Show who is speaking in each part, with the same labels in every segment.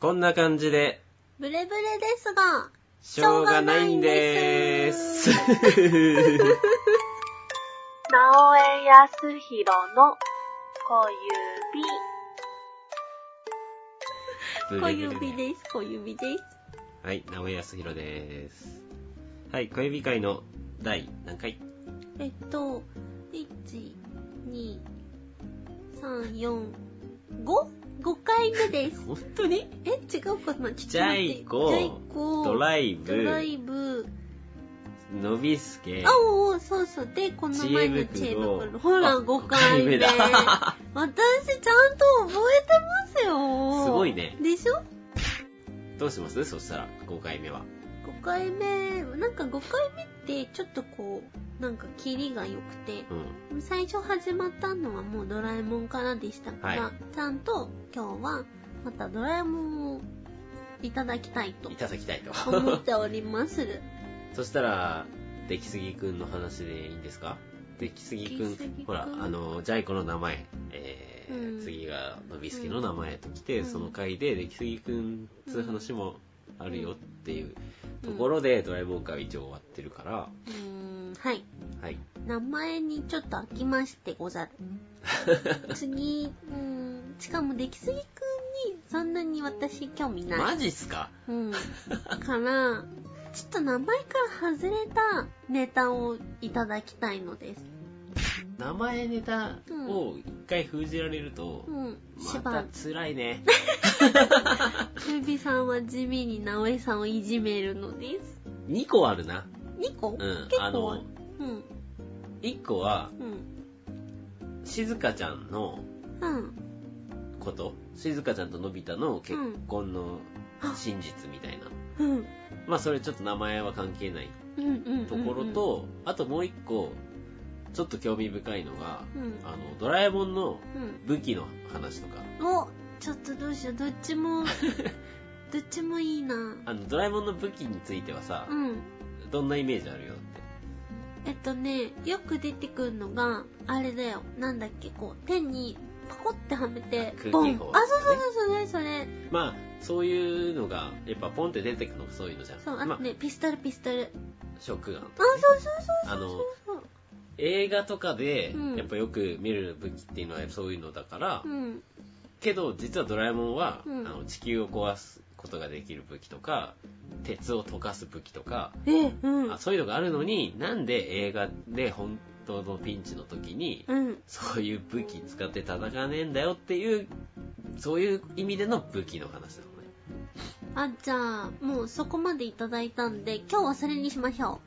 Speaker 1: こんな感じで、
Speaker 2: ブレブレですが、
Speaker 1: しょうがないんでーす。
Speaker 3: 直江康弘の小指。
Speaker 2: 小指です、小指です。
Speaker 1: はい、直江康弘です。はい、小指会の第何回
Speaker 2: えっと、1、2、3、4、5?5 回目です。
Speaker 1: 本当に
Speaker 2: え、違うかなちょっと待って。
Speaker 1: ジャイコ
Speaker 2: ジャイコ
Speaker 1: ドライ
Speaker 2: ドラ
Speaker 1: ブ、
Speaker 2: イブ、
Speaker 1: のびすけ
Speaker 2: あ、、おうおう、そうそう。で、この前の知
Speaker 1: 知恵
Speaker 2: 恵袋。
Speaker 1: 袋。
Speaker 2: ほら、
Speaker 1: あ
Speaker 2: 5回目。
Speaker 1: だ。
Speaker 2: 私、ちゃんと覚えてますよ。
Speaker 1: すごいね
Speaker 2: でしょ
Speaker 1: どうしますそしたら、5回目は。
Speaker 2: 5回目、なんか5回目ってちょっとこう、なんかキリが良くて、
Speaker 1: うん。
Speaker 2: 最初始まったのはもうドラえもんからでしたから、
Speaker 1: はい
Speaker 2: ちゃんと今日はまたドラえもんをいただきたいと
Speaker 1: いただきたいと。
Speaker 2: 思っておりまする。
Speaker 1: そしたら、出来すぎくんの話でいいんですか出来すぎく
Speaker 2: 出来すぎく
Speaker 1: ん、
Speaker 2: ん
Speaker 1: ほら、あの、ジャイコの名前、えー
Speaker 2: うん
Speaker 1: 次がのびすけの名前ときて、
Speaker 2: うん
Speaker 1: その回で出来すぎくんつう話もあるよっていう
Speaker 2: うん
Speaker 1: ところで、ドラえもんが一応終わってるから、
Speaker 2: うーん、はい。
Speaker 1: はい。
Speaker 2: 名前にちょっと飽きましてご ざる。次、うーん、しかも出来すぎくんにそんなに私興味ない。
Speaker 1: マジっすか
Speaker 2: うん。から、ちょっと名前から外れたネタをいただきたいのです。
Speaker 1: 名前ネタを一回封じられると
Speaker 2: う、ん。し
Speaker 1: ま
Speaker 2: ば
Speaker 1: た辛いね。
Speaker 2: ルビさんは地味に直江さんをいじめるのです。
Speaker 1: 2個あるな。
Speaker 2: 2個、
Speaker 1: うん
Speaker 2: 結。構
Speaker 1: あの、
Speaker 2: うん。
Speaker 1: 1個は、
Speaker 2: うん。
Speaker 1: しずかちゃんの、
Speaker 2: うん。
Speaker 1: こと静香ちゃんとのび太の結婚の真実みたいな、
Speaker 2: うん。
Speaker 1: まあそれちょっと名前は関係ない
Speaker 2: うん。うん。
Speaker 1: ところと、あともう一個ちょっと興味深いのが、
Speaker 2: うん。
Speaker 1: あのドラえもんの
Speaker 2: うん。
Speaker 1: 武器の話とか
Speaker 2: うん。おちょっとどうしよう。どっち も、どっちもいいな。
Speaker 1: あのドラえもんの武器についてはさ、
Speaker 2: うん。
Speaker 1: どんなイメージあるよっ
Speaker 2: えっとね、よく出てくるのが、あれだよ。なんだっけ、こう、手に、パコってはめて、
Speaker 1: 空気
Speaker 2: ボン。あ、
Speaker 1: 砲
Speaker 2: そうそうそう、それ、それ。
Speaker 1: てまあそういうのがやっぱポンって出てくのがそういうのじゃん
Speaker 2: そう、あ
Speaker 1: ま
Speaker 2: とね、ピストル、ピストル。
Speaker 1: ショックガンと
Speaker 2: あ、
Speaker 1: か
Speaker 2: そう
Speaker 1: ね
Speaker 2: そうそう
Speaker 1: あの
Speaker 2: そう。
Speaker 1: 映画とかで、
Speaker 2: うん
Speaker 1: やっぱよく見る武器っていうのはそういうのだから、
Speaker 2: うん。
Speaker 1: けど実はドラえもんは、
Speaker 2: うん
Speaker 1: あの地球を壊すことができる武器とか鉄を溶かす武器とか、
Speaker 2: え、うん。
Speaker 1: あそういうのがあるのになんで映画で本当のピンチの時に、
Speaker 2: うん。
Speaker 1: そういう武器使って戦わねえんだよっていうそういう意味での武器の話なのね
Speaker 2: あ、じゃあ、もうそこまでいただいたんで、今日はそれにしましょ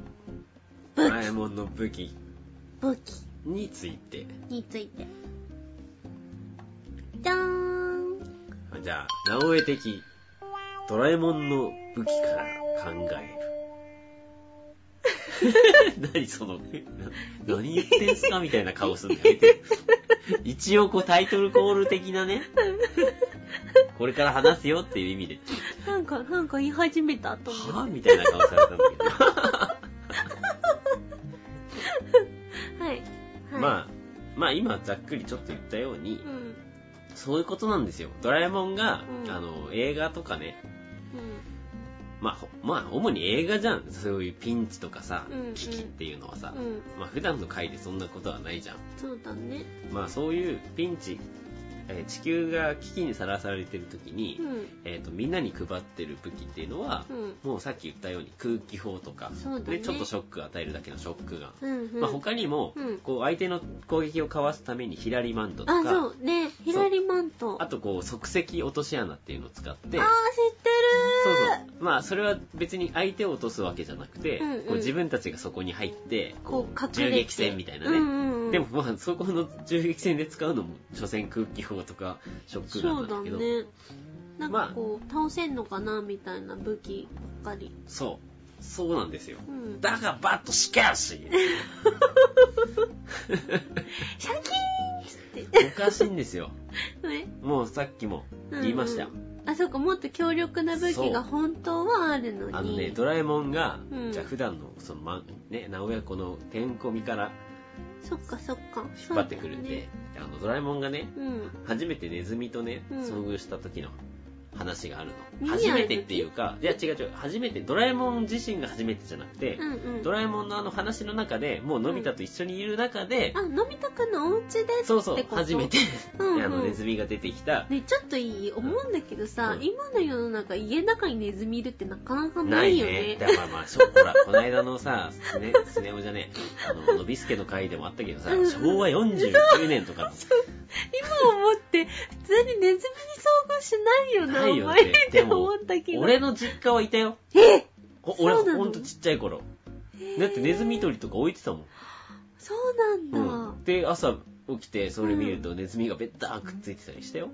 Speaker 2: 武
Speaker 1: ド
Speaker 2: 器
Speaker 1: ラえもんの武器
Speaker 2: う。武器
Speaker 1: について
Speaker 2: について。じゃーん。
Speaker 1: じゃあ直江的ドラえもんの武器から考え る何そのな何言ってんすかみたいな顔すんのやめて一応こうタイトルコール的なねこれから話すよっていう意味で
Speaker 2: なんか、なんか言い始めたと思
Speaker 1: は
Speaker 2: っ
Speaker 1: ぁみたいな顔されたんだけど、
Speaker 2: て。はい。はい。あ、
Speaker 1: まあまあ今ざっくりちょっと言ったように
Speaker 2: うん。うん。
Speaker 1: そういうことなんですよドラえもんが、
Speaker 2: うん
Speaker 1: あの映画とかねまあ、ほまあ、主に映画じゃん。そういうピンチとかさ、
Speaker 2: うんうん
Speaker 1: 危機っていうのはさ、
Speaker 2: うん。
Speaker 1: まあ、普段の回でそんなことはないじゃん。
Speaker 2: そうだね。
Speaker 1: まあ、そういうピンチ、えー地球が危機にさらされてる時に、
Speaker 2: うん。
Speaker 1: えっ、と、みんなに配ってる武器っていうのは、
Speaker 2: うん。
Speaker 1: もうさっき言ったように空気砲とか、
Speaker 2: そうだね
Speaker 1: でちょっとショック与えるだけのショックガン。
Speaker 2: うんうん、
Speaker 1: まあ、他にも、
Speaker 2: うん
Speaker 1: こう、相手の攻撃をかわすためにヒラリマントと
Speaker 2: あ、そ
Speaker 1: か、
Speaker 2: うね、ヒラリマント。
Speaker 1: あとこう、即席落とし穴っていうのを使って、
Speaker 2: あー、知って
Speaker 1: そう
Speaker 2: る
Speaker 1: そう。まあ、それは別に相手を落とすわけじゃなくて、
Speaker 2: うんうん
Speaker 1: こう自分たちがそこに入って、こ
Speaker 2: こう
Speaker 1: う、銃
Speaker 2: 隠れて
Speaker 1: 撃戦みたいなね。
Speaker 2: うんうんうん
Speaker 1: でも、まあ、そこの銃撃戦で使うのも、所詮空気砲とか、ショックガ
Speaker 2: そ
Speaker 1: ン
Speaker 2: う
Speaker 1: な
Speaker 2: だ
Speaker 1: んだけど、
Speaker 2: ね。なん
Speaker 1: ま
Speaker 2: か
Speaker 1: あ
Speaker 2: こう、倒せんのかなみたいな武器ばっかり。
Speaker 1: そう。そうなんですよ。
Speaker 2: うん。
Speaker 1: だが、バッとしかし
Speaker 2: シャキーンっつっ
Speaker 1: おかしいんですよ。
Speaker 2: て。ね。
Speaker 1: もうさっきも言いましたよ。
Speaker 2: あ、そうか、もっと強力な武器が本当はあるのに。
Speaker 1: あのね、ドラえもんが、
Speaker 2: うん
Speaker 1: じゃあ普段の、その、ま、ね、直親子のてんこみから
Speaker 2: そっかそっか。
Speaker 1: 引っ張ってくるんで、あの、ドラえもんがね、
Speaker 2: そうだね。
Speaker 1: 初めてネズミとね、
Speaker 2: うん
Speaker 1: 遭遇した時の話があるの。
Speaker 2: 耳
Speaker 1: 初
Speaker 2: ある
Speaker 1: めてっていうか、いや違う違う、初めて、ドラえもん自身が初めてじゃなくて
Speaker 2: う、んうん。
Speaker 1: ドラえもんのあの話の中で、もうのび太と一緒にいる中で、
Speaker 2: あ、のび太くんのお家です
Speaker 1: そうそ
Speaker 2: って
Speaker 1: う、
Speaker 2: こと
Speaker 1: 初めて、
Speaker 2: うんう ん
Speaker 1: あの、ネズミが出てきた、
Speaker 2: ね、ちょっといい、思うんだけどさ、
Speaker 1: うん
Speaker 2: 今の世の中、家の中にネズミいるってなかなかないよね。
Speaker 1: だからまあ、しょほら、この間のさ、スネ、スネ夫じゃね え、あの、のびすけの回でもあったけどさ、
Speaker 2: うん
Speaker 1: 昭和49年とか
Speaker 2: 今思って、普通にネズミに遭遇しないよな、
Speaker 1: ない
Speaker 2: お
Speaker 1: よ
Speaker 2: 前
Speaker 1: ねで
Speaker 2: っ。て
Speaker 1: も
Speaker 2: 思ったけ、ど。
Speaker 1: 俺の実家はいたよ。
Speaker 2: え
Speaker 1: ほ
Speaker 2: そう
Speaker 1: 俺、
Speaker 2: なの
Speaker 1: ほんとちっちゃい頃。だってネズミ捕りとか置いてたもん。
Speaker 2: そうなんだ。
Speaker 1: うん、で朝起きてそれ見るとネズミがべったーくっついてたりしたよ、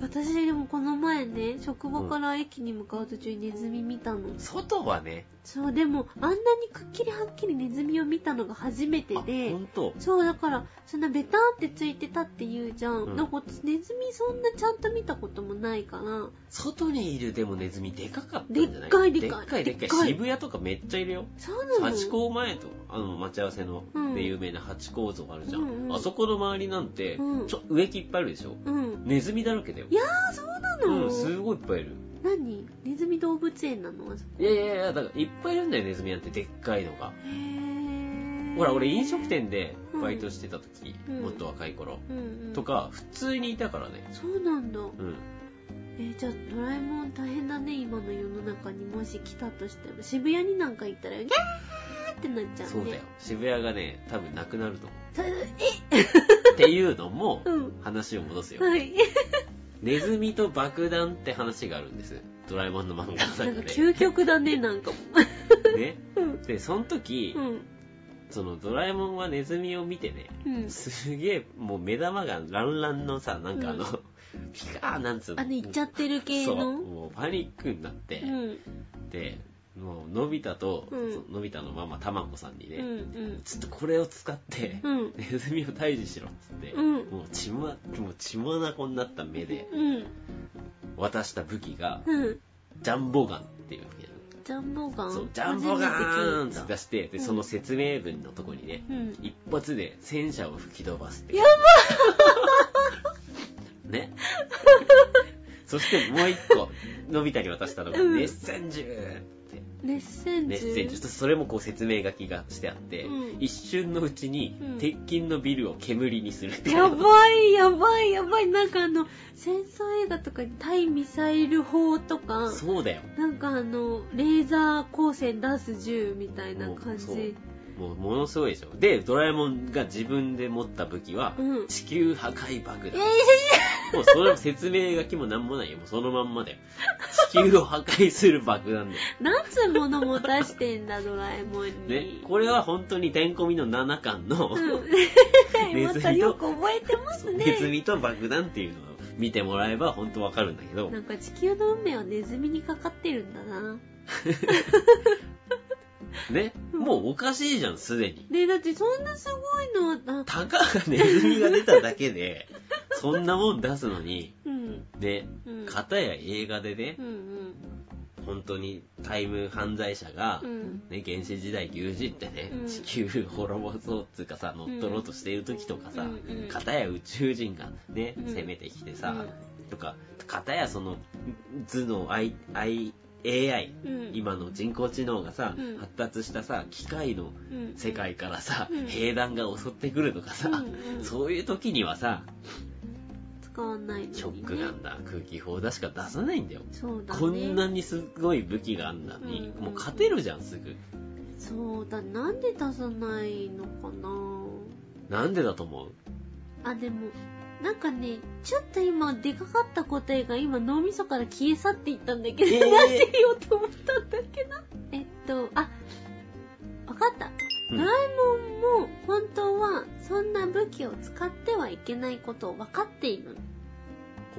Speaker 2: 私でもこの前ね、職場から駅に向かう途中にネズミ見たの。
Speaker 1: 外はね
Speaker 2: そう、でも、あんなにくっきりはっきりネズミを見たのが初めて
Speaker 1: あ
Speaker 2: で、
Speaker 1: 本当
Speaker 2: そう、だから、そんなベターってついてたって言うじゃん。
Speaker 1: うん
Speaker 2: なんか私ネズミそんなちゃんと見たこともないから、
Speaker 1: 外にいるでもネズミでかかったんじゃない
Speaker 2: でっかいでっかい
Speaker 1: でっかいでっかい
Speaker 2: でっかい
Speaker 1: 渋谷とかめっちゃいるよ
Speaker 2: そうなの
Speaker 1: ハチ公前とあの待ち合わせの
Speaker 2: うん
Speaker 1: で有名なハチ公像あるじゃん、
Speaker 2: うんうん
Speaker 1: あそこの周りなんて、
Speaker 2: うん
Speaker 1: ちょ植木いっぱいあるでしょ
Speaker 2: うん。
Speaker 1: ネズミだらけだよ
Speaker 2: いやー、そうなの、
Speaker 1: うんすごいいっぱいいる
Speaker 2: 何ネズミ動物園なのへ
Speaker 1: いやいやいやだからいっぱいいるんだよネズミなんてでっかいのが
Speaker 2: ー。
Speaker 1: ほら俺飲食。店でバイトしてた時、
Speaker 2: うん
Speaker 1: もっと若い頃
Speaker 2: うん、うん。
Speaker 1: と。か普通にいたからね
Speaker 2: そうなんだ。
Speaker 1: うん
Speaker 2: えー、じゃあ、ドラえもん大変だね、今の世の中にもし来たとしても。渋谷になんか行ったら、ギャーってなっちゃうね。
Speaker 1: そうだよ。渋谷がね多分なくなると思
Speaker 2: それ。
Speaker 1: うっていうのも
Speaker 2: うん。
Speaker 1: 話を戻すよ
Speaker 2: はい。
Speaker 1: ネズミと爆弾って話があるんですドラえもんの漫画
Speaker 2: な
Speaker 1: の
Speaker 2: んか
Speaker 1: 中
Speaker 2: 究極だね、なんかも。
Speaker 1: でね
Speaker 2: うん。
Speaker 1: でその時、
Speaker 2: うん。
Speaker 1: そのドラえもんはネズミを見てね
Speaker 2: うん。
Speaker 1: すげえもう目玉がランランのさなんかあの、
Speaker 2: う
Speaker 1: ピカーなんつうの
Speaker 2: あの、行っちゃってる系
Speaker 1: そう
Speaker 2: の。
Speaker 1: もうパニックになって、
Speaker 2: うん。
Speaker 1: でもうのび太と、
Speaker 2: うん
Speaker 1: そののび太のママたまこさんにね、
Speaker 2: うん。うん。
Speaker 1: ちょっとこれを使って、
Speaker 2: うん。
Speaker 1: ネズミを退治しろっつって、
Speaker 2: うん
Speaker 1: もう血ま、もう血まなこになった目で
Speaker 2: うん。
Speaker 1: 渡した武器が、
Speaker 2: うん。
Speaker 1: ジャンボガンっていう武器なの
Speaker 2: ジャンボガン
Speaker 1: そう、ジャンボガーンって
Speaker 2: 初めて聞い
Speaker 1: 出して、で、
Speaker 2: うん
Speaker 1: その説明文のとこにね、
Speaker 2: たうん。
Speaker 1: 一発で戦車を吹き飛ばすっていう。
Speaker 2: や
Speaker 1: ね。そしてもう一個、のび太に渡したのが、
Speaker 2: うん
Speaker 1: 熱戦銃って。
Speaker 2: 熱戦
Speaker 1: 熱戦術それもこう説明書きがしてあって、
Speaker 2: うん
Speaker 1: 一瞬のうちに
Speaker 2: うん
Speaker 1: 鉄筋のビルを煙にするっていう
Speaker 2: やばい、やばい、やばい。なんかあの、戦争映画とかに対ミサイル砲とか、
Speaker 1: そうだよ
Speaker 2: なんかあの、レーザー光線出す銃みたいな感
Speaker 1: もう
Speaker 2: じ。
Speaker 1: もうものすごいでしょでドラえもんが自分で持った武器は、
Speaker 2: うん
Speaker 1: 地球破壊爆
Speaker 2: え
Speaker 1: 弾、もうそれも説明書きもなんもないよもうそのまんまだよ地球を破壊する爆弾だよ
Speaker 2: ー、なんつうもの持たしてんだ、ドラえもん
Speaker 1: ね
Speaker 2: に。
Speaker 1: これは本当にてんこみの7巻の、
Speaker 2: うん。
Speaker 1: ネ
Speaker 2: ま
Speaker 1: ズミと
Speaker 2: たよく覚えてます
Speaker 1: ネズ
Speaker 2: ね。
Speaker 1: ミと爆弾っていうのを見てもらえば本当わかるんだけど
Speaker 2: なんか地球の運命はネズミにかかってるんだな。
Speaker 1: ねもうおかしいじゃんすでに
Speaker 2: ねだってそんなすごいの、あ、
Speaker 1: たかがネズミが出ただけで、そんなもん出すのに、
Speaker 2: うん。
Speaker 1: ね、
Speaker 2: うん。
Speaker 1: 片や映画でね
Speaker 2: う、ん
Speaker 1: 本当にタイム犯罪者が
Speaker 2: うん。う、ん。
Speaker 1: ね、原始時代牛耳ってね
Speaker 2: う、ん
Speaker 1: 地球滅ぼそうっつうかさ、乗っ取ろうとしてる時とかさ
Speaker 2: うんうん、
Speaker 1: 片や宇宙人がね
Speaker 2: う、ん
Speaker 1: 攻めてきてさ、とか、片やその、頭脳 I- I- AI、
Speaker 2: うん。
Speaker 1: 今の人工知能がさ
Speaker 2: うん、
Speaker 1: 発達したさ、機械の
Speaker 2: うん、
Speaker 1: 世界からさ
Speaker 2: うん、
Speaker 1: 兵団が襲ってくるとかさ、
Speaker 2: うんうん
Speaker 1: そういう時にはさ、
Speaker 2: 使わないのに、ね、
Speaker 1: ショックガンだ、空気砲だしか出さないんだよ。
Speaker 2: そうだね
Speaker 1: こんなにすごい武器があんだに、
Speaker 2: うん
Speaker 1: もう勝てるじゃん、すぐ。
Speaker 2: そうだなんで出さないのか
Speaker 1: なんでだと思う
Speaker 2: なあでもなんかねちょっと今出かかった答えが今脳みそから消え去っていったんだけど、
Speaker 1: えー
Speaker 2: なんて言おうと思ったんだけどえっとあわかった、
Speaker 1: うん
Speaker 2: ドラえもんも本当はそんな武器を使ってはいけないことを分かっているの
Speaker 1: こ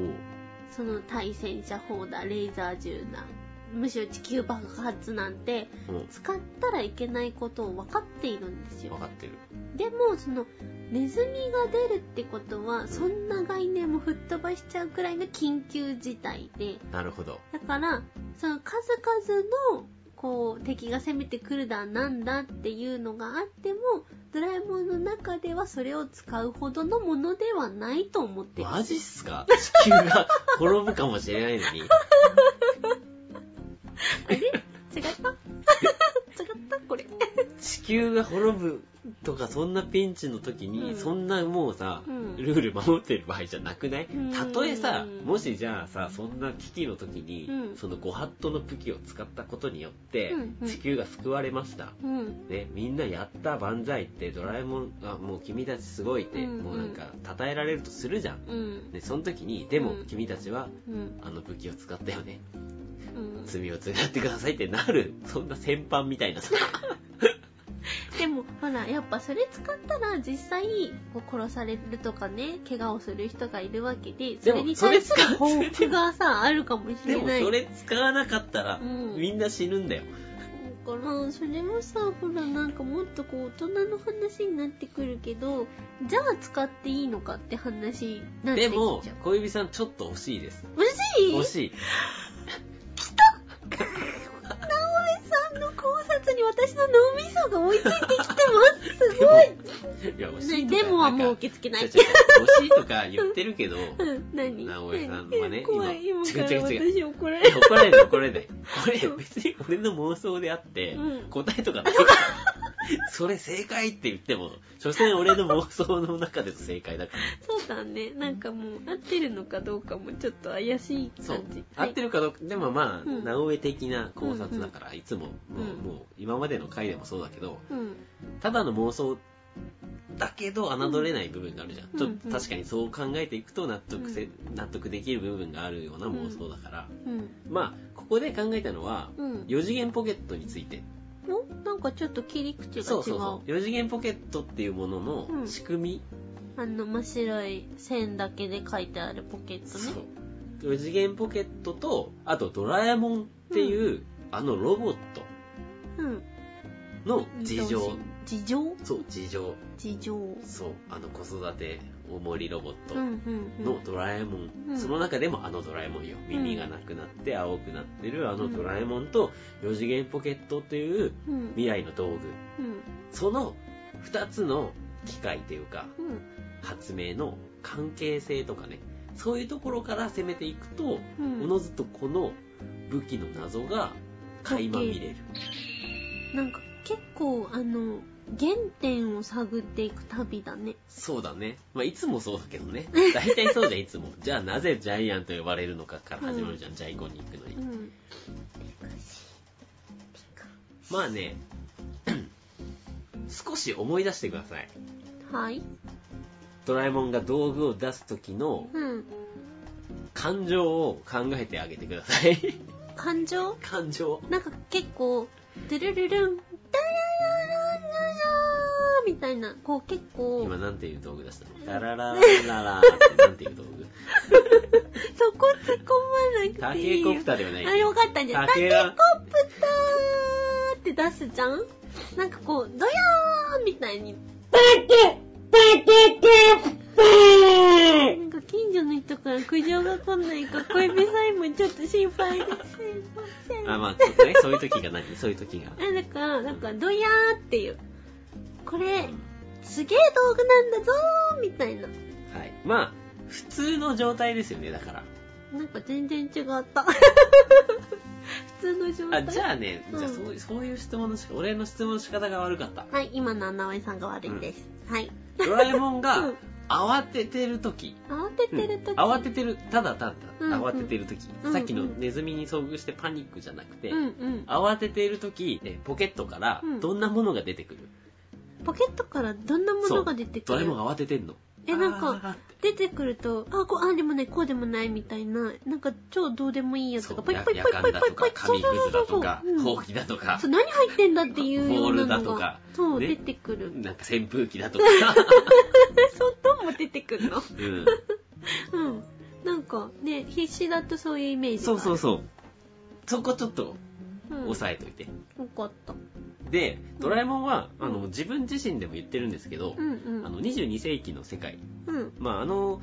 Speaker 1: う。
Speaker 2: その対戦車砲だレーザー銃だむしろ地球爆発なんて
Speaker 1: う
Speaker 2: 使ったらいけないことを分かっているんです
Speaker 1: ん。わ
Speaker 2: よ
Speaker 1: かってる。
Speaker 2: でもそのネズミが出るってことはそんな概念も吹っ飛ばしちゃうくらいの緊急事態で
Speaker 1: なるほど。
Speaker 2: だからその数々のこう敵が攻めてくるだなんだっていうのがあってもドラえもんの中ではそれを使うほどのものではないと思ってる
Speaker 1: マジっすか地球が滅ぶかもしれないのに。
Speaker 2: 違った 違ったこれ
Speaker 1: 地球が滅ぶとかそんなピンチの時に、
Speaker 2: うん
Speaker 1: そんなもうさ、
Speaker 2: うん
Speaker 1: ルール守ってる場合じゃなくない
Speaker 2: ん
Speaker 1: たとえさもしじゃあさそんな危機の時に、
Speaker 2: うん
Speaker 1: そのご法度の武器を使ったことによって、
Speaker 2: うんうん
Speaker 1: 地球が救われました、
Speaker 2: うん
Speaker 1: ね、みんなやった万歳ってドラえもんあもう君たちすごいって、
Speaker 2: うんうん
Speaker 1: もうなんか称えられるとするじゃん、
Speaker 2: うん
Speaker 1: でその時にでも
Speaker 2: うん
Speaker 1: 君たちは
Speaker 2: うん
Speaker 1: あの武器を使ったよね
Speaker 2: うん
Speaker 1: 罪を償ってくださいってなるそんな戦犯みたい なさ
Speaker 2: でもほらやっぱそれ使ったら実際こう殺されるとかね怪我をする人がいるわけでそれに対する報復がさあるかもし
Speaker 1: で
Speaker 2: れ
Speaker 1: も
Speaker 2: ない
Speaker 1: それ使わなかったら、
Speaker 2: うん
Speaker 1: みんな死ぬんだよ
Speaker 2: だからそれもさほらなんかもっとこう大人の話になってくるけどじゃあ使っていいのかって話になっ
Speaker 1: で
Speaker 2: てきちゃう
Speaker 1: も小指さんちょっと惜しいです
Speaker 2: むしい
Speaker 1: 惜しい
Speaker 2: さんの考察に私の脳みそが追いついてきてます すごい
Speaker 1: いや惜し
Speaker 2: ね
Speaker 1: いとか
Speaker 2: でもはもう
Speaker 1: なんか
Speaker 2: 受け付けな
Speaker 1: ちょ
Speaker 2: い
Speaker 1: ちょ惜しいとか言ってるけど
Speaker 2: うん 何
Speaker 1: 直江さんはね
Speaker 2: 怖い
Speaker 1: 今
Speaker 2: 今か
Speaker 1: 違
Speaker 2: ら
Speaker 1: う違う
Speaker 2: 私怒られる
Speaker 1: 怒られる怒られないこれ別に俺の妄想であって、
Speaker 2: うん
Speaker 1: 答えとかないからそれ正解って言っても所詮俺の妄想の中での正解だから
Speaker 2: そうだねなんかもう合ってるのかどうかもちょっと怪しい
Speaker 1: そう
Speaker 2: 感じ、
Speaker 1: 合って
Speaker 2: る
Speaker 1: るかどうか、でもまあ、
Speaker 2: うん
Speaker 1: 直江的な考察だから、いつも、も
Speaker 2: うん
Speaker 1: う、もう今までの回でもそうだけど、
Speaker 2: うん
Speaker 1: ただの妄想だけど、侮れない部分があるじゃん。
Speaker 2: うん
Speaker 1: ちょ
Speaker 2: う
Speaker 1: っ
Speaker 2: ん
Speaker 1: と確かにそう考えていくと納得せ、納得できる部分があるような妄想だから、
Speaker 2: うん
Speaker 1: まあ、ここで考えたのは、
Speaker 2: うん
Speaker 1: 4次元ポケットについて。
Speaker 2: おなんかちょっと切り口が違う
Speaker 1: そうそうそう。4次元ポケットっていうもの
Speaker 2: う
Speaker 1: の
Speaker 2: ん
Speaker 1: 仕組み、
Speaker 2: あの面白い線だけで書いてあるポケット
Speaker 1: そ
Speaker 2: ね
Speaker 1: う。4次元ポケットと、あとドラえもんっていう、あのロボット
Speaker 2: うん
Speaker 1: の事情。
Speaker 2: 事情
Speaker 1: そう、事情。
Speaker 2: 事情うん
Speaker 1: そう、あの子育ておもりロボット
Speaker 2: うんうん
Speaker 1: のドラえもん。
Speaker 2: うん
Speaker 1: その中でもあのドラえもんよ。耳がなくなって青くなってるあのドラえもんと、4次元ポケットという
Speaker 2: うん
Speaker 1: 未来の道具。
Speaker 2: うん
Speaker 1: その2つの機械というか、
Speaker 2: うん
Speaker 1: 発明の関係性とかね。そういうところから攻めていくと、
Speaker 2: うん
Speaker 1: おのずとこの武器の謎が垣間見れる。
Speaker 2: なんか結構あの原点を探っていく旅だね
Speaker 1: そうだね。まあ、いつもそうだけどね。 大体そうじゃん、いつも。じゃあ、なぜジャイアンと呼ばれるのかから始まるじゃん、ジャイコンに行くのに
Speaker 2: う。ん
Speaker 1: まあね、 少し思い出してください。
Speaker 2: はい
Speaker 1: ドラえもんが道具を出す時の
Speaker 2: うん
Speaker 1: 感情を考えてあげてくださ い。
Speaker 2: 感情
Speaker 1: 感情。
Speaker 2: なんか結構、ドゥルルルン、ダラララララーみたいな、こう結構
Speaker 1: 今、、なんていう道具出したのダララーララーってなんていう道具
Speaker 2: そこ突っ込まな
Speaker 1: タ
Speaker 2: くてい
Speaker 1: ケ
Speaker 2: い
Speaker 1: コ
Speaker 2: よ。
Speaker 1: プターでは
Speaker 2: あ
Speaker 1: ない。
Speaker 2: れよかったんじゃん。タ
Speaker 1: 竹
Speaker 2: ケ
Speaker 1: は
Speaker 2: コプターって出すじゃんなんかこう、ドヤーみたいに、タケタケコプターなんか近所の人から苦情が来ないか、小指さんもちょっと心配です。すいません。
Speaker 1: あ、まあ、ちょっとね、そういう時が何そういう時が。
Speaker 2: え、だから、なんか、ドヤーっていう。これ、すげえ道具なんだぞーみたいな。
Speaker 1: はい。まあ、普通の状態ですよね、だから。
Speaker 2: なんか全然違った。普通の状
Speaker 1: あ
Speaker 2: 態。
Speaker 1: じゃあね、
Speaker 2: うん
Speaker 1: じゃあそうそういう質問のし俺の質問の仕方が悪かった
Speaker 2: はい、今の穴井さんが悪いです。はい。
Speaker 1: ドラえもん
Speaker 2: う
Speaker 1: が
Speaker 2: ん
Speaker 1: 慌ててる時、
Speaker 2: 慌て
Speaker 1: うん
Speaker 2: てるとき、
Speaker 1: 慌ててるただただ
Speaker 2: うんうん
Speaker 1: 慌ててる時、
Speaker 2: うん
Speaker 1: さっきのネズミに遭遇してパニックじゃなくて、
Speaker 2: うんうん。
Speaker 1: 慌てている時えポケットから
Speaker 2: うん
Speaker 1: どんなものが出てくる、
Speaker 2: ポケットからどんなものが出てく
Speaker 1: ドラえもん
Speaker 2: る
Speaker 1: が慌ててんの
Speaker 2: えなんか
Speaker 1: あーって
Speaker 2: 出てくると、あ、こう、あ、でもない、こうでもないみたいな、なんか超どうでもいいやつ
Speaker 1: そ
Speaker 2: が、
Speaker 1: う
Speaker 2: ポイ
Speaker 1: や
Speaker 2: ポイ
Speaker 1: や
Speaker 2: ポイ
Speaker 1: か
Speaker 2: ポ
Speaker 1: ん
Speaker 2: イ
Speaker 1: だ
Speaker 2: ポイ
Speaker 1: と
Speaker 2: ポ
Speaker 1: か
Speaker 2: イ、
Speaker 1: 紙くずだとか
Speaker 2: そうそうそう
Speaker 1: ほうきだとか、
Speaker 2: そう、何入ってんだっていうよ
Speaker 1: ボ
Speaker 2: うなのが、
Speaker 1: ールだとか
Speaker 2: そう、
Speaker 1: ね
Speaker 2: 出てくる。
Speaker 1: なんか扇風機だ とか、
Speaker 2: 外も出てくるの
Speaker 1: うん、
Speaker 2: うん。なんかね、必死だとそういうイメージが
Speaker 1: そ
Speaker 2: あ
Speaker 1: う
Speaker 2: る。
Speaker 1: そうそうそこちょっと
Speaker 2: うん。
Speaker 1: 押さえといて、
Speaker 2: よかった。
Speaker 1: で、ドラえもんは、
Speaker 2: うん
Speaker 1: あの、自分自身でも言ってるんですけど
Speaker 2: う、んうん。
Speaker 1: あの、22世紀の世界、
Speaker 2: うん。
Speaker 1: まあ、あの、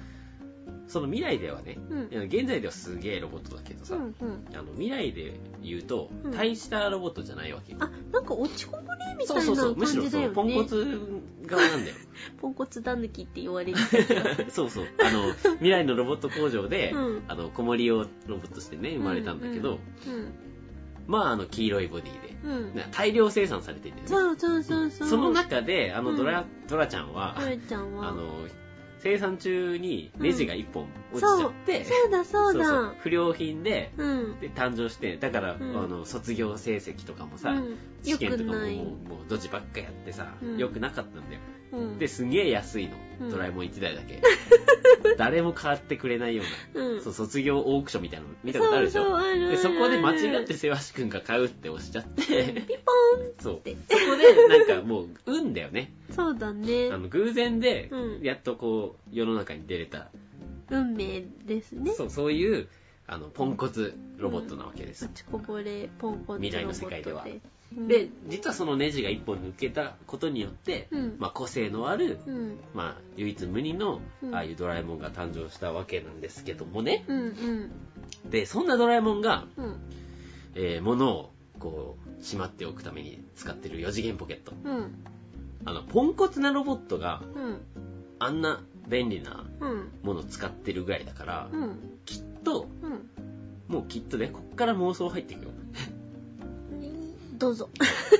Speaker 1: その未来ではね、
Speaker 2: うん
Speaker 1: いや現在ではすげえロボットだけどさ、
Speaker 2: うんうん。
Speaker 1: あの未来で言うと
Speaker 2: うん
Speaker 1: 大したロボットじゃないわけ、
Speaker 2: あ、なんか落ちこぼれみた
Speaker 1: そう
Speaker 2: い
Speaker 1: そう
Speaker 2: な
Speaker 1: そうむ
Speaker 2: 感
Speaker 1: しろ
Speaker 2: じだ
Speaker 1: そ
Speaker 2: よ
Speaker 1: う
Speaker 2: ね。
Speaker 1: ポンコツ側なんだ よ
Speaker 2: ポンコツだぬきって言われるけど。
Speaker 1: そうそうあの未来のロボット工場で、
Speaker 2: うん
Speaker 1: あの子守をロボットしてね生まれたんだけど、
Speaker 2: うん。
Speaker 1: まああの黄色いボディで
Speaker 2: うん。
Speaker 1: な大量生産されてるんだよね
Speaker 2: そうそうそうそう。
Speaker 1: その中であのドラ,、ドラちゃんは、
Speaker 2: トレちゃんは。
Speaker 1: あの生産中にネジが1本落ちちゃって、
Speaker 2: そうだそうだ。
Speaker 1: そうそう不良品で
Speaker 2: うん。
Speaker 1: で誕生してだから、
Speaker 2: うん
Speaker 1: あの卒業成績とかもさ、
Speaker 2: うん、
Speaker 1: 試験とかも
Speaker 2: 良くない
Speaker 1: もうもうドジばっかやってさ、
Speaker 2: うん
Speaker 1: 良くなかったんだよ
Speaker 2: うん、
Speaker 1: ですんげえ安いの、
Speaker 2: うん
Speaker 1: ドラえもん1台だ け誰も買ってくれないよう
Speaker 2: う
Speaker 1: な、
Speaker 2: ん、
Speaker 1: そう卒業オークションみたいなの見たことあるでしょ
Speaker 2: そうそうあるある
Speaker 1: でそこで間違ってせわしくんが買うって押しちゃって
Speaker 2: ピポーン
Speaker 1: そう
Speaker 2: て
Speaker 1: そこでなんかもう運だよね
Speaker 2: そうだね
Speaker 1: あの偶然で
Speaker 2: うん
Speaker 1: やっとこう世の中に出れた、
Speaker 2: 運命ですね
Speaker 1: そうそういうあのポンコツロボットなわけです、
Speaker 2: 落ちこぼれポンコツロボット
Speaker 1: 未来の世界では
Speaker 2: うん
Speaker 1: で実はそのネジが1本抜けたことによって、
Speaker 2: うん
Speaker 1: まあ、個性のある、
Speaker 2: うん
Speaker 1: まあ、唯一無二の
Speaker 2: うん
Speaker 1: ああいうドラえもんが誕生したわけなんですけどもね
Speaker 2: うんうん
Speaker 1: でそんなドラえもんが、
Speaker 2: うん
Speaker 1: えー、物をこうしまっておくために使ってる4次元ポケット
Speaker 2: うん
Speaker 1: あのポンコツなロボットが
Speaker 2: うん
Speaker 1: あんな便利な
Speaker 2: うん
Speaker 1: ものを使ってるぐらいだから、
Speaker 2: うん
Speaker 1: きっと
Speaker 2: うん
Speaker 1: もうきっとねこっから妄想入っていくよ
Speaker 2: どうぞ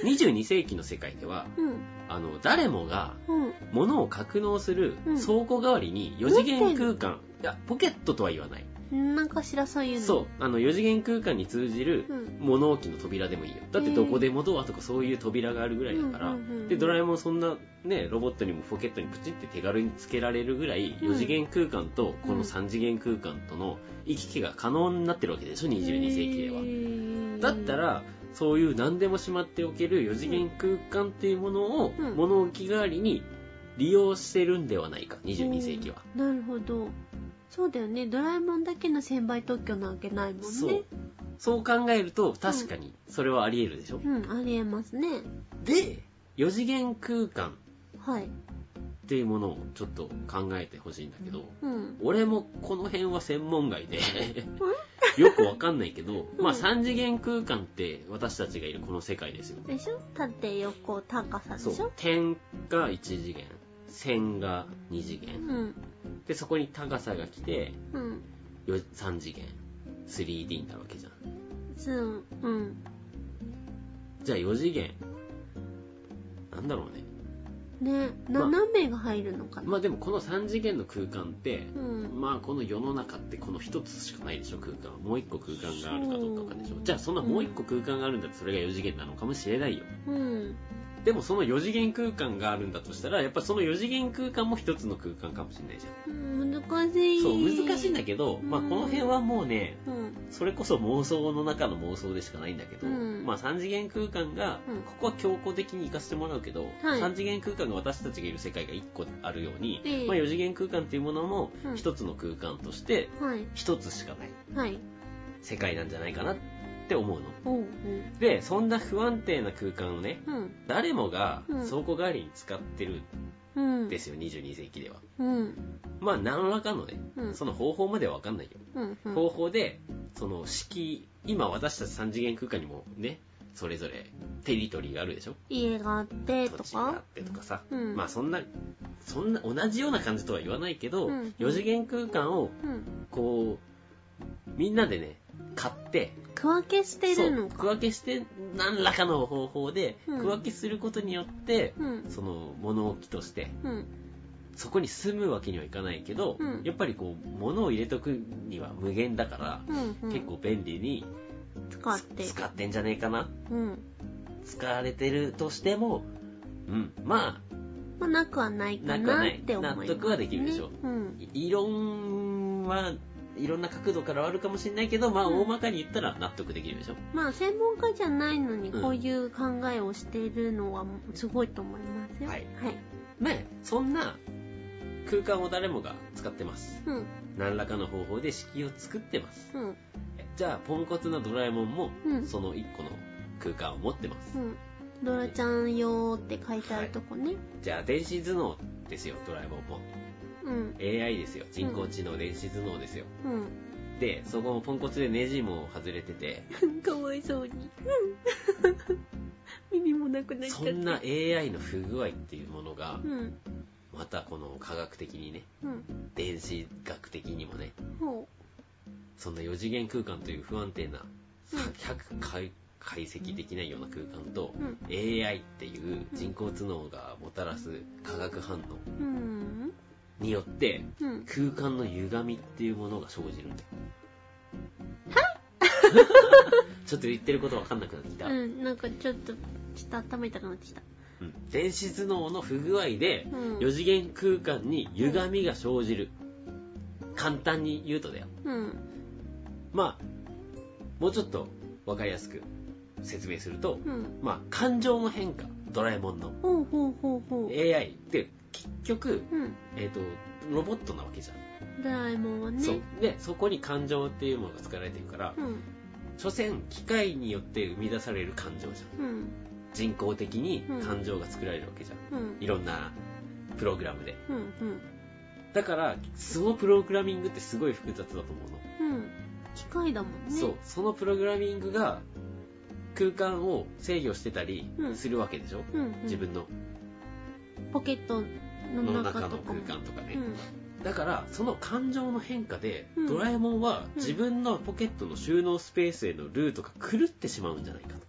Speaker 1: 22世紀の世界では
Speaker 2: うん
Speaker 1: あの誰もが
Speaker 2: うん
Speaker 1: 物を格納する
Speaker 2: うん
Speaker 1: 倉庫代わりに4次元空間、いやポケットとは言わない、
Speaker 2: なんかしらそういうの
Speaker 1: そうあの4次元空間に通じる
Speaker 2: うん
Speaker 1: 物置の扉でもいいよだってどこでもドアとかそういう扉があるぐらいだから、
Speaker 2: うんうんうんうん
Speaker 1: でドラえもんそんなねロボットにもポケットにプチって手軽につけられるぐらい4次元空間とこの3次元空間との行き来が可能になってるわけでしょ22世紀では、
Speaker 2: は
Speaker 1: だったらそういう何でもしまっておける4次元空間っていうものを
Speaker 2: うん
Speaker 1: 物置代わりに利用してるんではないか22世紀は、
Speaker 2: なるほどそうだよねドラえもんだけの専売特許なわけないもんね
Speaker 1: そうそう考えると確かにそれはあり得るでしょ、
Speaker 2: うんありえますね
Speaker 1: で4次元空間
Speaker 2: はい
Speaker 1: っていうものをちょっと考えてほしいんだけど、
Speaker 2: うん
Speaker 1: 俺もこの辺は専門外で よくわかんないけど、
Speaker 2: うん
Speaker 1: まあ3次元空間って私たちがいるこの世界ですよ
Speaker 2: でしょ縦横高さでし
Speaker 1: そう
Speaker 2: ょ
Speaker 1: 点が1次元線が2次
Speaker 2: う
Speaker 1: 元
Speaker 2: ん
Speaker 1: でそこに高さが来て
Speaker 2: うん
Speaker 1: よ3次元 3D になるわけじゃん
Speaker 2: つんうん
Speaker 1: じゃあ4次元なんだろうね
Speaker 2: ね
Speaker 1: まあ
Speaker 2: 斜めが入るのかな、
Speaker 1: まあでもこの3次元の空間って、
Speaker 2: うん
Speaker 1: まあこの世の中ってこの1つしかないでしょ空間もう1個空間があるかどうかがでしょ
Speaker 2: そう
Speaker 1: じゃあそんなもう1個空間があるんだってそれが4次元なのかもしれないよ
Speaker 2: うん
Speaker 1: でもその4次元空間があるんだとしたらやっぱその4次元空間も1つの空間かもしれないじゃん
Speaker 2: うん難しい
Speaker 1: そう難しいんだけど、まあ、
Speaker 2: うん
Speaker 1: この辺はもうね
Speaker 2: うん
Speaker 1: それこそ妄想の中の妄想でしかないんだけど、
Speaker 2: うん
Speaker 1: まあ、3次元空間が、
Speaker 2: うん
Speaker 1: ここは強行的に行かせてもらうけど、
Speaker 2: はい
Speaker 1: 3次元空間が私たちがいる世界が1個あるように、
Speaker 2: ええ
Speaker 1: まあ、4次元空間っていうものも
Speaker 2: うん
Speaker 1: 1つの空間として
Speaker 2: はい
Speaker 1: 1つしかない
Speaker 2: はい
Speaker 1: 世界なんじゃないかなって思うの。
Speaker 2: おうおう
Speaker 1: でそんな不安定な空間をね
Speaker 2: うん
Speaker 1: 誰もが
Speaker 2: うん
Speaker 1: 倉庫代わりに使ってる
Speaker 2: うん
Speaker 1: んですよ、22世紀では。
Speaker 2: うん
Speaker 1: まあ何らかのね、
Speaker 2: うん
Speaker 1: その方法までは分かんないよ。
Speaker 2: うんうん
Speaker 1: 方法でその式今私たち3次元空間にもねそれぞれテリトリーがあるでしょ
Speaker 2: 家があって
Speaker 1: 土
Speaker 2: と
Speaker 1: 地があっ
Speaker 2: か
Speaker 1: てとかさ、
Speaker 2: うん
Speaker 1: まあそんなそんな同じような感じとは言わないけど、
Speaker 2: うん
Speaker 1: 4次元空間を
Speaker 2: うん
Speaker 1: こうみんなでね買って
Speaker 2: 区分けしてるの
Speaker 1: そう
Speaker 2: か
Speaker 1: 区分けして何らかの方法で
Speaker 2: うん
Speaker 1: 区分けすることによって、
Speaker 2: うん
Speaker 1: その物置として
Speaker 2: うん
Speaker 1: そこに住むわけにはいかないけど、
Speaker 2: うん
Speaker 1: やっぱりこう物を入れとくには無限だから、
Speaker 2: うんうん
Speaker 1: 結構便利に
Speaker 2: 使って
Speaker 1: 使ってんじゃねえかな
Speaker 2: うん
Speaker 1: 使われてるとしてもうんま
Speaker 2: まあなくはないか
Speaker 1: なくは
Speaker 2: な
Speaker 1: な
Speaker 2: っ
Speaker 1: い
Speaker 2: て思います、ね、
Speaker 1: 納得はできるでしょ
Speaker 2: うん
Speaker 1: あい異論はいろんな角度からはあるかもしれないけどまあ
Speaker 2: うん
Speaker 1: 大まかに言ったら納得できるでしょ、
Speaker 2: まあ専門家じゃないのに
Speaker 1: うん
Speaker 2: こういう考えをしているのはすごいと思いますよ。
Speaker 1: はい
Speaker 2: はい。
Speaker 1: ねそんな空間を誰もが使ってます
Speaker 2: うん、
Speaker 1: 何らかの方法で式を作ってます
Speaker 2: うん、
Speaker 1: じゃあポンコツなドラえもんも
Speaker 2: うん
Speaker 1: その1個の空間を持ってます、
Speaker 2: うん。ドラちゃん用って書いてあるとこね。
Speaker 1: じゃあ電子頭脳ですよドラえもんも
Speaker 2: うん。
Speaker 1: AI ですよ人工知能電子頭脳ですよ
Speaker 2: うん。
Speaker 1: でそこもポンコツでネジも外れてて
Speaker 2: かわいそうに。うん。耳もなくなっちゃっ
Speaker 1: そ
Speaker 2: て。
Speaker 1: んな AI の不具合っていうものが
Speaker 2: うん。
Speaker 1: またこの科学的にね
Speaker 2: うん。
Speaker 1: 電子学的にもね
Speaker 2: ほ
Speaker 1: そんな4次元空間という不安定な
Speaker 2: うん
Speaker 1: 100解解析できないような空間と
Speaker 2: う。うん。
Speaker 1: AI っていう人工知能がもたらす化学反応
Speaker 2: うん。
Speaker 1: によって
Speaker 2: うん。
Speaker 1: 空間の歪みっていうものが生じるんだよ ちょっと言ってることわかんなくなってきた、
Speaker 2: うん。なんかちょっと、ちょっと頭痛くなってきた。
Speaker 1: うん電子頭脳の不具合で
Speaker 2: うん。
Speaker 1: 4次元空間に歪みが生じる簡単に言うとだよ
Speaker 2: うん。
Speaker 1: まあもうちょっとわかりやすく説明すると、
Speaker 2: うん。
Speaker 1: まあ感情の変化ドラえもんの
Speaker 2: ほうほうほうほう。
Speaker 1: AI って結局、
Speaker 2: うん。
Speaker 1: えー、とロボットなわけじゃん、
Speaker 2: ドラえもんはね。
Speaker 1: そう。でそこに感情っていうものが使われてるから、
Speaker 2: うん。
Speaker 1: 所詮機械によって生み出される感情じゃん
Speaker 2: うん。
Speaker 1: 人工的に
Speaker 2: うん
Speaker 1: 感情が作られるわけじゃん、
Speaker 2: うん。
Speaker 1: いろんなプログラムで
Speaker 2: うん。うん。
Speaker 1: だからそのプログラミングってすごい複雑だと思うの、
Speaker 2: うん。機械だもんね。
Speaker 1: そう。そのプログラミングが空間を制御してたり
Speaker 2: うん
Speaker 1: するわけでしょ、
Speaker 2: うん、うん。
Speaker 1: 自分の
Speaker 2: ポケット
Speaker 1: の
Speaker 2: の
Speaker 1: 中の
Speaker 2: 中とか
Speaker 1: 空
Speaker 2: も。
Speaker 1: 間とかね、
Speaker 2: うん。
Speaker 1: だからその感情の変化で、
Speaker 2: うん
Speaker 1: ドラえもんは自分のポケットの収納スペースへのルートが狂ってしまうんじゃないかと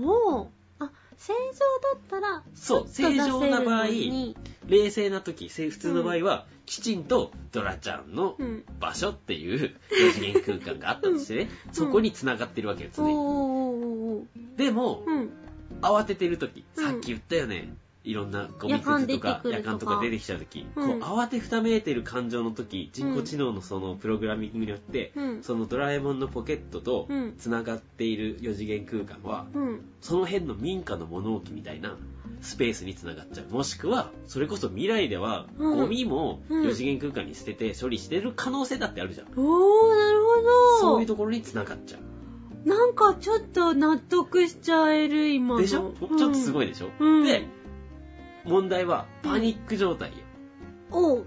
Speaker 2: おうあ正常だったら
Speaker 1: そう正常な場合
Speaker 2: 出せるのに
Speaker 1: 冷静な時せ普通の場合は、きちんとドラちゃんの
Speaker 2: うん
Speaker 1: 場所っていう4次元空間があったとして ね、そこに繋がってるわけです
Speaker 2: おー
Speaker 1: ね、
Speaker 2: おーおーおー
Speaker 1: でも、
Speaker 2: うん
Speaker 1: 慌ててる時
Speaker 2: うん
Speaker 1: さっき言ったよね、いろんなゴミくずとか
Speaker 2: 夜間出てくるとか
Speaker 1: 夜間とか出てきちゃう時、
Speaker 2: うん
Speaker 1: こう慌てふためいてる感情の時人工知能のそのプログラミングによって、
Speaker 2: うん
Speaker 1: そのドラえもんのポケットと
Speaker 2: うん
Speaker 1: つながっている4次元空間は、
Speaker 2: うん
Speaker 1: その辺の民家の物置みたいなスペースにつながっちゃうもしくはそれこそ未来では
Speaker 2: うん
Speaker 1: ゴミも
Speaker 2: うん
Speaker 1: 4次元空間に捨てて処理してる可能性だってあるじゃん、
Speaker 2: おーなるほど
Speaker 1: そういうところにつながっちゃう
Speaker 2: なんかちょっと納得しちゃえる今の
Speaker 1: でしょ、ちょっとすご
Speaker 2: い、
Speaker 1: いでしょ、
Speaker 2: うん
Speaker 1: で問題はパニック状態よ、
Speaker 2: おう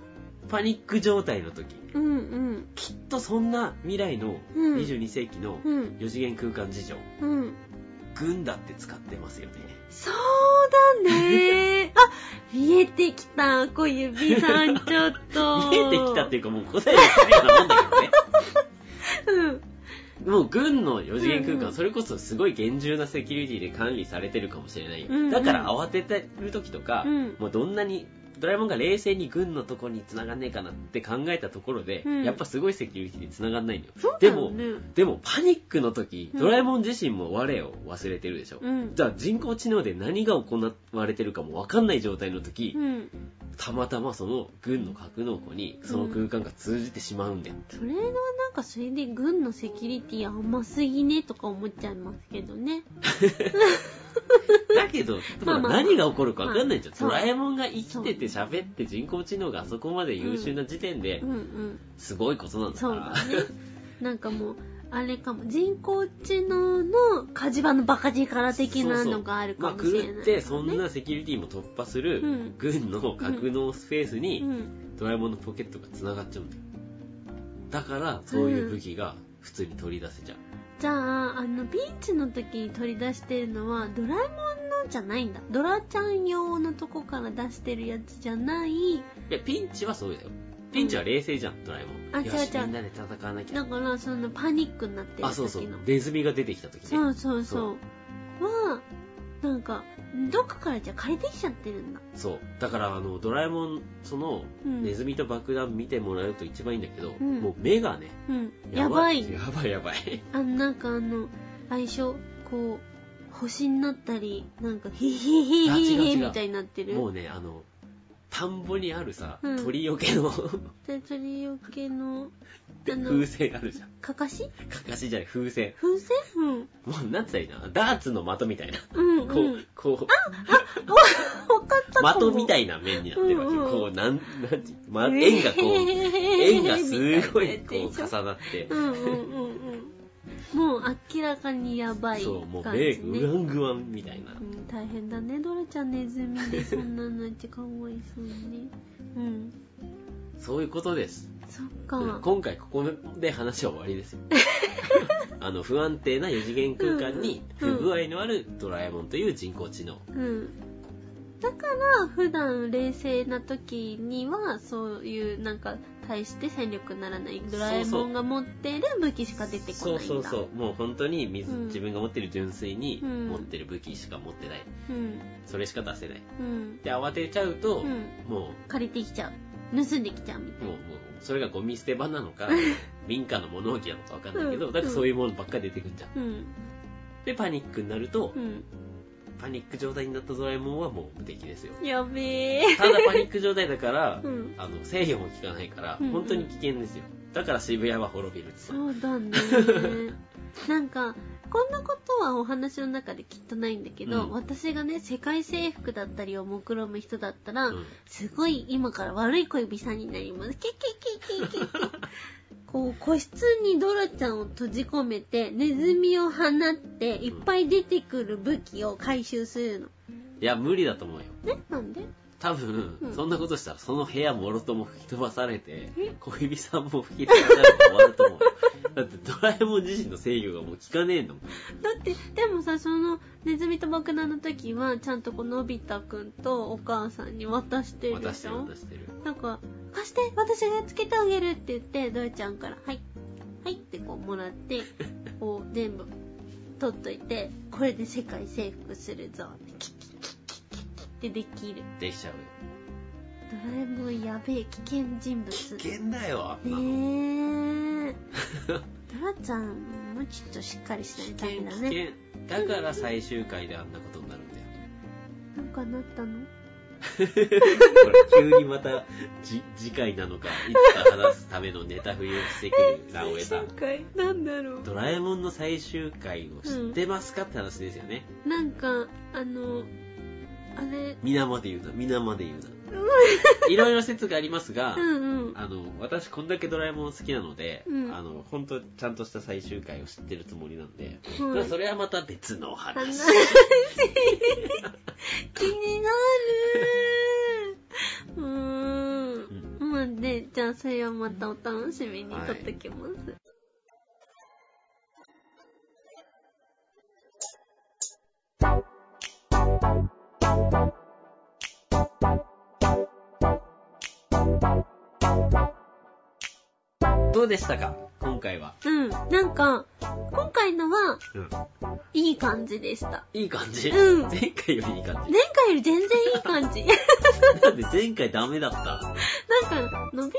Speaker 1: パニック状態の時
Speaker 2: うんうん
Speaker 1: きっとそんな未来の
Speaker 2: うん
Speaker 1: 22世紀の
Speaker 2: うん
Speaker 1: 4次元空間事情
Speaker 2: うん
Speaker 1: 軍だって使ってますよね
Speaker 2: そうだ ねあ見えてきた小指さんちょっと
Speaker 1: 見えてきたっていうかもう答えが出てるようなもんだけどね
Speaker 2: うん
Speaker 1: もう軍の4次元空
Speaker 2: うん
Speaker 1: 間、
Speaker 2: うん
Speaker 1: それこそすごい厳重なセキュリティで管理されてるかもしれないよ、
Speaker 2: うんうん
Speaker 1: だから慌ててる時とか、
Speaker 2: うん
Speaker 1: もうどんなにドラえもんが冷静に軍のとこに繋がんねえかなって考えたところで、
Speaker 2: うん
Speaker 1: やっぱすごいセキュリティで繋がんないのよ
Speaker 2: そうだ
Speaker 1: で
Speaker 2: よ
Speaker 1: も
Speaker 2: ね
Speaker 1: でもパニックの時
Speaker 2: うん
Speaker 1: ドラえもん自身も我を忘れてるでしょ、
Speaker 2: うん
Speaker 1: じゃあ人工知能で何が行われてるかも分かんない状態の時、
Speaker 2: うん
Speaker 1: たまたまその軍の格納庫にその空間が通じてしまうんだ よ、
Speaker 2: それがなんかそれで軍のセキュリティ甘すぎねとか思っちゃいますけどね。
Speaker 1: だけど、
Speaker 2: まあまあ
Speaker 1: 何が起こるか分かんないじゃん。
Speaker 2: そう
Speaker 1: ドラえもんが生きてて喋って人工知能があそこまで優秀な時点で
Speaker 2: うん、うん。
Speaker 1: すごいことなんだか
Speaker 2: そう
Speaker 1: ら
Speaker 2: だ。ね。なんかもう、あれかも。人工知能の火事場のバカ力的なのがあるかもしれない、
Speaker 1: まあ、狂って、そんなセキュリティも突破す
Speaker 2: う
Speaker 1: る
Speaker 2: ん
Speaker 1: 軍の格納スペース
Speaker 2: う
Speaker 1: に、
Speaker 2: ん。
Speaker 1: ドラえもんのポケットが繋がっちゃうんだよ。だから、そういう武器が普通に取り出せちゃう。
Speaker 2: じゃあ、あの、ピンチの時に取り出してるのは、ドラえもんのじゃないんだ。ドラちゃん用のとこから出してるやつじゃない。
Speaker 1: いや、ピンチはそうだよ。ピンチは冷静じゃん、ドラえも
Speaker 2: あ
Speaker 1: ん。よし
Speaker 2: 違う違う
Speaker 1: みんなで戦わなきゃ。
Speaker 2: だから、そのパニックになってる時の。
Speaker 1: あ、そうそう。ネズミが出てきた時ね。
Speaker 2: そうそうそう。は、なんか、どっかからじゃ借りてきちゃってるんだ。
Speaker 1: そうだからあのドラえもんその
Speaker 2: うん
Speaker 1: ネズミと爆弾見てもらえると一番いいんだけど、
Speaker 2: ん
Speaker 1: もう目がね
Speaker 2: うん。やばい。
Speaker 1: やばいやばい
Speaker 2: あの、なんかあの、相性、こう、星になったり、なんか、ヒヒ
Speaker 1: 違
Speaker 2: ヒヒ
Speaker 1: う違
Speaker 2: ヒ
Speaker 1: う違う
Speaker 2: みたいにな ってる。
Speaker 1: もうねあの田んぼにあるさ、
Speaker 2: うん
Speaker 1: 鳥よけの
Speaker 2: で、鳥よけの、あ
Speaker 1: 風
Speaker 2: の、
Speaker 1: 船あるじゃん
Speaker 2: かかし
Speaker 1: かかしじゃない風船
Speaker 2: 風船うん。
Speaker 1: もうなんつったらいいなダーツの的みたいな、
Speaker 2: うん、うん。
Speaker 1: こうこ
Speaker 2: わかったか
Speaker 1: う
Speaker 2: も。
Speaker 1: 的みた
Speaker 2: い。
Speaker 1: いな面になってるわけ、
Speaker 2: うんうん
Speaker 1: こうなんなんて、ま、円がこう 円がすごいこう重なって、
Speaker 2: うんうんうんうん。もう明らかにやばい
Speaker 1: そうもう
Speaker 2: 感じ、
Speaker 1: 目グ
Speaker 2: ね。
Speaker 1: ワングワンみたいな
Speaker 2: うん、大変だねドラちゃんネズミでそんなのってかわいそうにうん
Speaker 1: そういうことです。
Speaker 2: そっ
Speaker 1: うん
Speaker 2: か。
Speaker 1: 今回ここで話は終わり ですよ。あの、不安定な4次元空間に
Speaker 2: うん
Speaker 1: 不具合のあるドラえもんという人工知能。
Speaker 2: うん。だから、普段冷静な時には、そういう、なんか、対して戦力にならない。ドラえもんが持ってる武器しか出てこない
Speaker 1: そ
Speaker 2: ん
Speaker 1: う
Speaker 2: だ。
Speaker 1: そうそう。もう本当に水、
Speaker 2: うん
Speaker 1: 自分が持ってる純粋に
Speaker 2: うん
Speaker 1: 持ってる武器しか持ってない。
Speaker 2: うん。
Speaker 1: それしか出せない。
Speaker 2: うん。
Speaker 1: で、慌てちゃうと、
Speaker 2: うん
Speaker 1: も
Speaker 2: 借りてきちゃう。盗んできちゃうみ
Speaker 1: う、
Speaker 2: たい
Speaker 1: もう、も
Speaker 2: な
Speaker 1: う、それがゴミ捨て場なのか、民家の物置なのかわかんないけど、
Speaker 2: うん
Speaker 1: だからそういうものばっかり出てくんじゃん。。
Speaker 2: うん。
Speaker 1: で、パニックになると
Speaker 2: う、ん。
Speaker 1: パニック状態になったドラえもんはもう無敵ですよ。
Speaker 2: やべえ。
Speaker 1: ただパニック状態だから
Speaker 2: う、ん。
Speaker 1: あの制御も効かないから、
Speaker 2: うんうん
Speaker 1: 本当に危険ですよだから渋谷は滅びるって
Speaker 2: そう だね。なんか、こんなことはお話の中できっとないんだけど、
Speaker 1: うん
Speaker 2: 私がね、世界征服だったりを目論む人だったら、
Speaker 1: うん
Speaker 2: すごい今から悪い小指さんになります。キキキキキキ。 こう、個室にドラちゃんを閉じ込めて、ネズミを放って、いっぱい出てくる武器を回収するの。
Speaker 1: いや無理だと思うよ
Speaker 2: ねなんで
Speaker 1: 多分、
Speaker 2: うん
Speaker 1: そんなことしたらその部屋もろとも吹き飛ばされて
Speaker 2: え
Speaker 1: 小指さんも吹き飛ばされて終わると思うよ だってドラえもん自身の制御がもう効かねえんだもん
Speaker 2: だってでもさそのネズミと爆弾の時はちゃんとこうのび太くんとお母さんに渡してるで
Speaker 1: 渡し
Speaker 2: して
Speaker 1: る
Speaker 2: ょ
Speaker 1: 渡してる
Speaker 2: なんか「貸して私がやっつけてあげる」って言ってドラちゃんから「はいはい」ってこうもらって こう全部取っといてこれで世界征服するぞキッキッキッキッキッキッってできる
Speaker 1: できちゃうよ
Speaker 2: ドラえもんやべえ危険人物
Speaker 1: 危険だよあんなの
Speaker 2: ねえドラちゃんもちょっとしっかりしないとダメ
Speaker 1: 危
Speaker 2: だ
Speaker 1: 険
Speaker 2: ね
Speaker 1: 危険だから最終回であんなことになるんだよ
Speaker 2: なんかなったの
Speaker 1: これ急にまたじ次回なのかいつか話すためのネタ振りをしてくる直江さ ん
Speaker 2: 回なんだろ
Speaker 1: ドラえもんの最終回を知ってますかって話ですよね。
Speaker 2: うなんかあのあれ
Speaker 1: 皆まで言うな、皆まで言うな。いろいろ説がありますが、
Speaker 2: うんうん
Speaker 1: あの、私こんだけドラえもん好きなので、
Speaker 2: うん
Speaker 1: あの、本当ちゃんとした最終回を知ってるつもりなんで、
Speaker 2: うん
Speaker 1: まあそれはまた別の
Speaker 2: 話
Speaker 1: 話。
Speaker 2: 気になるうーんまあねじゃあそれはまたお楽しみに
Speaker 1: はい
Speaker 2: 撮っときます、
Speaker 1: どうでしたか今回は。
Speaker 2: うんなんか今回のは
Speaker 1: うん。
Speaker 2: いい感じでした
Speaker 1: いい感じ、
Speaker 2: うん
Speaker 1: 前回よりいい感じ。
Speaker 2: 前回より全然いい感じ
Speaker 1: なんで前回ダメだった
Speaker 2: なんかのびー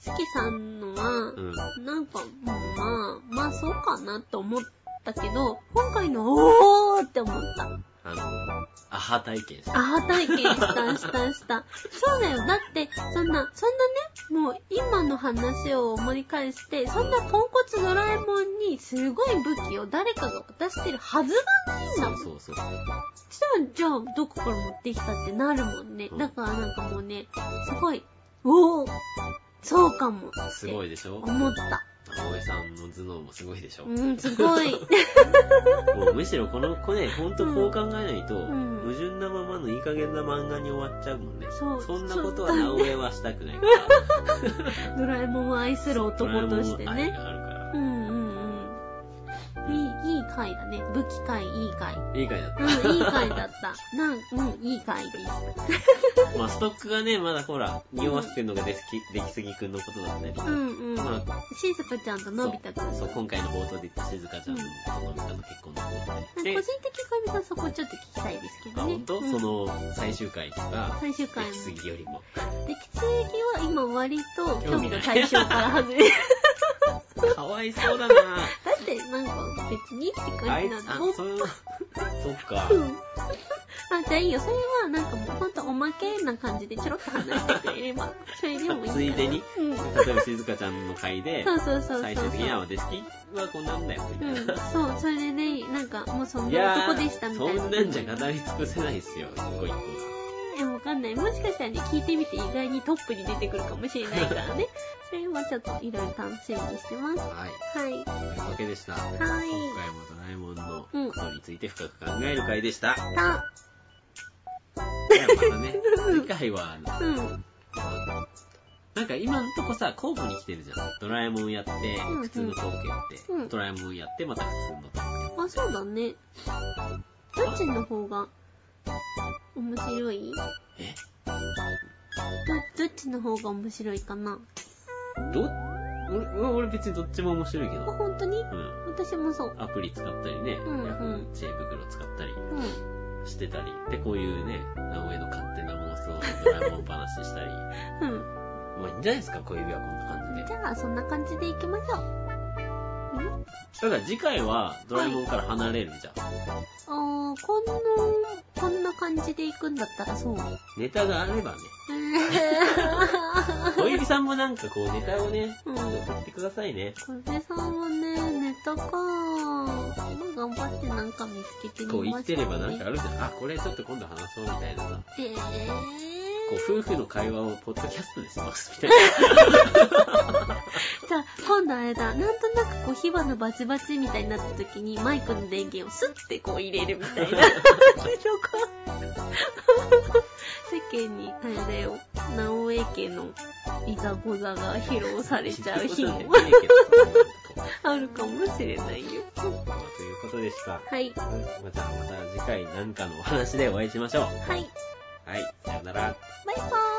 Speaker 2: すきさんのは
Speaker 1: うん。
Speaker 2: なんか、まあ、まあそうかなと思ったけど、今回のおーって思った。
Speaker 1: あの、アハ体験した。
Speaker 2: アハ体験した、した、した。そうだよ。だって、そんな、そんなね、もう今の話を思い返して、そんなポンコツドラえもんにすごい武器を誰かが渡してるはずがないんだ
Speaker 1: そ
Speaker 2: も。
Speaker 1: うんそうそう。
Speaker 2: したら、じゃあ、どこから持ってきたってなるもんね
Speaker 1: う。ん
Speaker 2: だからなんかもうね、すごい、おーそうかも。
Speaker 1: すごいでしょ
Speaker 2: 思った。
Speaker 1: 大江さんの頭脳もすごいでしょ、
Speaker 2: うん、すご い。
Speaker 1: もうむしろこの子ね、ほんとこう考えないと、
Speaker 2: ん
Speaker 1: 矛盾なままのいい加減な漫画に終わっちゃうもんね。
Speaker 2: そうん
Speaker 1: なことは直江はしたくないから。
Speaker 2: ドラえもんを愛する 男として
Speaker 1: ドラえもん愛
Speaker 2: ね。
Speaker 1: があるか
Speaker 2: うんうんうん。いい、いい回だね。武器回、いい回。
Speaker 1: ら。いい回だっ
Speaker 2: うん、いい回だった。なん、うん、いい回でした。
Speaker 1: た。まあストックがね、まだほら、匂わせてるのが出すき出来すぎくんのことなんで、
Speaker 2: う
Speaker 1: ま
Speaker 2: んうん。
Speaker 1: あ、
Speaker 2: しずかちゃんとのび太くん。
Speaker 1: そう、今回の冒頭で言った静香ちゃんとのび太の結婚のことで。
Speaker 2: 個
Speaker 1: で、
Speaker 2: 人的にかみさんそこちょっと聞きたいですけ
Speaker 1: ま
Speaker 2: ど
Speaker 1: あ
Speaker 2: ね。
Speaker 1: ほんと、
Speaker 2: うん
Speaker 1: その最終回とか、
Speaker 2: 最終
Speaker 1: 出
Speaker 2: 回も
Speaker 1: 来。すぎよりも。
Speaker 2: 出来すぎは今割と
Speaker 1: 興
Speaker 2: 興
Speaker 1: 味
Speaker 2: 味
Speaker 1: ない
Speaker 2: の対象から外れる。
Speaker 1: かわいそうだなぁ。
Speaker 2: だってなんか別にっ て
Speaker 1: あ
Speaker 2: 感
Speaker 1: い
Speaker 2: じ
Speaker 1: つ
Speaker 2: なん、だ
Speaker 1: あ
Speaker 2: もん。
Speaker 1: そうそっか。
Speaker 2: うん あ、じゃあいいよ。それは、なんかもうほんとおまけな感じでちょろっと話してくれれ ば、それでもいいかな。
Speaker 1: ついでに、
Speaker 2: うん。
Speaker 1: 例えば静香ちゃんの回で、
Speaker 2: そうそうそうそう。
Speaker 1: 最終的には私はこんなんだよ、み
Speaker 2: う
Speaker 1: た
Speaker 2: ん、
Speaker 1: いな。
Speaker 2: そう、それでね、なんか、もうそん
Speaker 1: い
Speaker 2: な
Speaker 1: や
Speaker 2: 男で
Speaker 1: ー、
Speaker 2: したみ
Speaker 1: そ
Speaker 2: たいな。
Speaker 1: んなんじゃ語り尽くせないですよ、一個一個が。
Speaker 2: え、わかんない。もしかしたらね、聞いてみて意外にトップに出てくるかもしれないからね。それはちょっといろいろ楽しみにしてます。は
Speaker 1: はい、
Speaker 2: い。
Speaker 1: というわけでした。今
Speaker 2: は
Speaker 1: 回もドラえもんの
Speaker 2: うん
Speaker 1: ことについて深く考える回でした。
Speaker 2: い。た、
Speaker 1: じ ゃあまたね、次回は、あの
Speaker 2: う
Speaker 1: あ
Speaker 2: ん。
Speaker 1: のなんか今んとこさ、交互に来てるじゃん。ドラえもんやって、
Speaker 2: んうん
Speaker 1: 普通のトークやって、
Speaker 2: うん
Speaker 1: ドラえもんやって、また普通のトー
Speaker 2: あ、そうだね。どっちの方が面白い
Speaker 1: クやって。
Speaker 2: ど、どっちの方が面白いかな
Speaker 1: えど、俺、俺別にどっちも面白いけ
Speaker 2: あ、
Speaker 1: ど。
Speaker 2: 本当に
Speaker 1: うん。
Speaker 2: 私もそう。
Speaker 1: アプリ使ったりね、
Speaker 2: うんうん
Speaker 1: ヤフー知恵袋使ったり
Speaker 2: うん。
Speaker 1: してたり、で、こういうね、直江の勝手な妄想、ドラえもん話した り。
Speaker 2: うん。
Speaker 1: まあいいんじゃないですか、小指はこんな感じで
Speaker 2: じ。ゃあ、そんな感じでいきましょう。ん
Speaker 1: だから次回はドラえもんから離れるじゃん。
Speaker 2: あー、こんな、こんな感じでいくんだった らそう。
Speaker 1: ネタがあればね、小指さんもなんかこうネタをね、
Speaker 2: うん
Speaker 1: 送ってくださいね。
Speaker 2: 小手さんはね、ネタかまあ、頑張ってなんか見つけてみましょ
Speaker 1: こ
Speaker 2: う、
Speaker 1: う
Speaker 2: ね。
Speaker 1: 生きてればなんかあるじゃん。あ、これちょっと今度話そうみたいなさ。
Speaker 2: えー。
Speaker 1: こう夫婦の会話をポッドキャストでしますみたいな。
Speaker 2: じゃあ、今度あれだ。なんとなくこう、火花バチバチみたいになった時に、マイクの電源をスッてこう入れるみた いな。そこ。世間に、あれだよ。直江家のいざこざが披露 されちゃう 日もあるかもしれないよ。
Speaker 1: まあということでした。
Speaker 2: はい。
Speaker 1: またまた次回なんかのお話でお会いしましょう。
Speaker 2: はい。
Speaker 1: はい、さよなら。
Speaker 2: バイバーイ